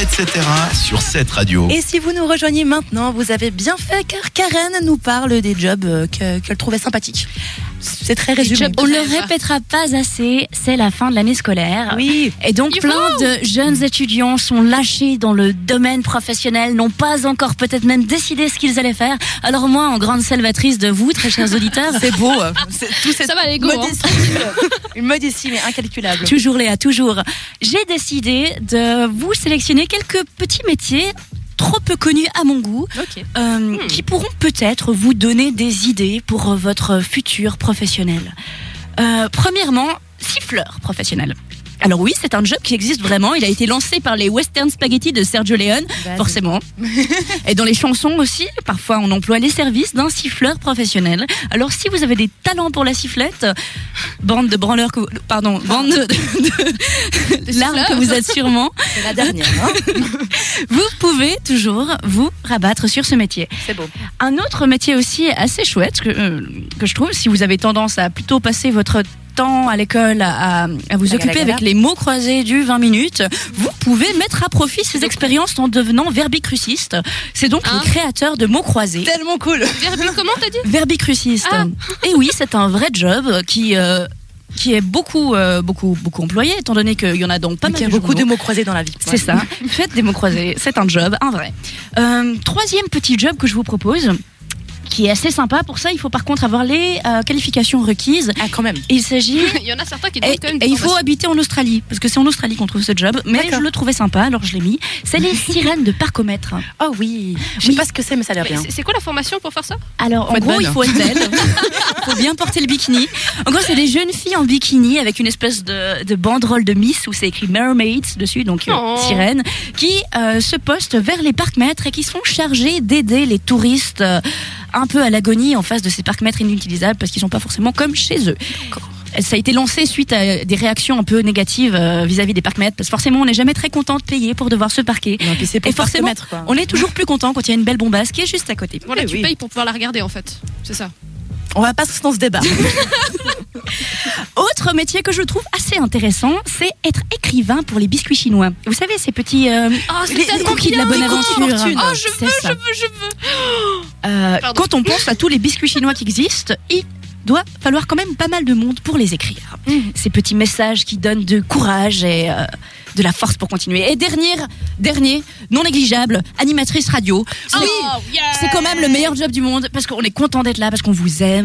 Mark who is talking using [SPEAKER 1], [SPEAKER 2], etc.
[SPEAKER 1] etc. sur cette radio.
[SPEAKER 2] Et si vous nous rejoignez maintenant, vous avez bien fait car Karen nous parle des jobs euh, que- qu'elle trouvait sympathiques. C'est très résumé.
[SPEAKER 3] On le répétera pas assez, c'est la fin de l'année scolaire.
[SPEAKER 2] Ah Oui.
[SPEAKER 3] Et donc plein de jeunes étudiants sont lâchés dans le domaine professionnel, n'ont pas encore peut-être même décidé ce qu'ils allaient faire. Alors moi, en grande salvatrice de vous, très chers auditeurs,
[SPEAKER 2] C'est beau. euh, c'est- Tout cette
[SPEAKER 4] Ça va, les go, hein.
[SPEAKER 2] modestie, euh, une modestie mais incalculable.
[SPEAKER 3] toujours Léa, toujours, j'ai décidé de vous sélectionner quelques petits métiers trop peu connus à mon goût,
[SPEAKER 4] Ok.
[SPEAKER 3] euh, qui pourront peut-être vous donner des idées pour euh, votre futur professionnel. Euh, premièrement, siffleur professionnel. Alors oui, c'est un job qui existe vraiment. Il a été lancé par les Western Spaghetti de Sergio Leone, forcément. Et dans les chansons aussi, parfois on emploie les services d'un siffleur professionnel. Alors si vous avez des talents pour la sifflette, bande de branleurs, que vous- pardon, bande de, de- de- larmes que vous êtes sûrement,
[SPEAKER 2] C'est la dernière. hein.
[SPEAKER 3] vous pouvez toujours vous rabattre sur ce métier.
[SPEAKER 2] C'est beau.
[SPEAKER 3] Un autre métier aussi assez chouette que, euh, que je trouve, si vous avez tendance à plutôt passer votre temps à l'école à, à- à vous
[SPEAKER 2] Gala,
[SPEAKER 3] occuper
[SPEAKER 2] gala.
[SPEAKER 3] avec les mots croisés du 20 minutes, vous pouvez mettre à profit ces expériences en devenant verbicruciste. C'est donc
[SPEAKER 2] Ah.
[SPEAKER 4] Hein
[SPEAKER 3] le créateur de mots croisés.
[SPEAKER 2] Tellement cool.
[SPEAKER 4] Verbi, comment t'as dit
[SPEAKER 3] Verbicruciste.
[SPEAKER 4] Ah.
[SPEAKER 3] Et oui, c'est un vrai job qui euh, qui est beaucoup euh, beaucoup beaucoup employé, étant donné qu'il y en a donc pas
[SPEAKER 2] Il
[SPEAKER 3] mal
[SPEAKER 2] y a
[SPEAKER 3] de
[SPEAKER 2] beaucoup
[SPEAKER 3] journaux.
[SPEAKER 2] de mots croisés dans la vie.
[SPEAKER 3] C'est ça. Faites des mots croisés. C'est un job, un vrai. Euh, troisième petit job que je vous propose, qui est assez sympa. Pour ça, il faut par contre avoir les euh, qualifications requises.
[SPEAKER 2] Ah quand même.
[SPEAKER 3] Il s'agit.
[SPEAKER 4] Il y en a certains qui
[SPEAKER 3] Et,
[SPEAKER 4] demandent quand même
[SPEAKER 3] et
[SPEAKER 4] des
[SPEAKER 3] il faut
[SPEAKER 4] formations.
[SPEAKER 3] habiter en Australie, parce que c'est en Australie qu'on trouve ce job. Mais
[SPEAKER 2] D'accord.
[SPEAKER 3] je le trouvais sympa, alors je l'ai mis. C'est les sirènes de parcomètre.
[SPEAKER 2] Oh oui. Je sais
[SPEAKER 3] Oui.
[SPEAKER 2] pas ce que c'est mais ça a l'air
[SPEAKER 4] Mais
[SPEAKER 2] bien.
[SPEAKER 4] c'est- C'est quoi la formation pour faire ça
[SPEAKER 3] Alors,
[SPEAKER 2] Faut
[SPEAKER 3] en
[SPEAKER 2] être
[SPEAKER 3] gros,
[SPEAKER 2] bonne.
[SPEAKER 3] il faut être belle. Il faut bien porter le bikini. En gros, c'est des jeunes filles en bikini avec une espèce de, de banderole de Miss où c'est écrit Mermaids dessus, donc euh,
[SPEAKER 4] Oh.
[SPEAKER 3] sirène, qui euh, se postent vers les parcs-mètres et qui sont chargées d'aider les touristes euh, un peu à l'agonie en face de ces parcs-mètres inutilisables parce qu'ils sont pas forcément comme chez eux. Ça a été lancé suite à des réactions un peu négatives euh, vis-à-vis des parcs-mètres parce que forcément, on n'est jamais très content de payer pour devoir se parquer.
[SPEAKER 2] Non, puis c'est pour
[SPEAKER 3] Et forcément,
[SPEAKER 2] mettre quoi.
[SPEAKER 3] On est toujours plus content quand il y a une belle bombasse qui est juste à côté.
[SPEAKER 4] Voilà,
[SPEAKER 2] Eh
[SPEAKER 4] tu
[SPEAKER 2] oui.
[SPEAKER 4] payes pour pouvoir la regarder en fait. C'est ça.
[SPEAKER 2] On va pas se lancer dans ce débat.
[SPEAKER 3] Autre métier que je trouve assez intéressant, c'est être écrivain pour les biscuits chinois. Vous savez, ces petits euh,
[SPEAKER 4] Oh,
[SPEAKER 2] c'est Les- tellement
[SPEAKER 3] cookies de la
[SPEAKER 2] bien,
[SPEAKER 3] bonne
[SPEAKER 2] les cookies
[SPEAKER 3] aventure.
[SPEAKER 2] fortune.
[SPEAKER 4] Oh, je
[SPEAKER 3] C'est
[SPEAKER 4] veux,
[SPEAKER 3] ça.
[SPEAKER 4] je veux, je veux.
[SPEAKER 3] Euh,
[SPEAKER 4] Pardon.
[SPEAKER 3] quand on pense à tous les biscuits chinois qui existent, il doit falloir quand même pas mal de monde pour les écrire.
[SPEAKER 4] Mm.
[SPEAKER 3] Ces petits messages qui donnent de courage et euh, de la force pour continuer. Et dernière, dernier, non négligeable, animatrice radio. C'est-
[SPEAKER 4] Oh, yeah.
[SPEAKER 3] C'est quand même le meilleur job du monde parce qu'on est content d'être là, parce qu'on vous aime.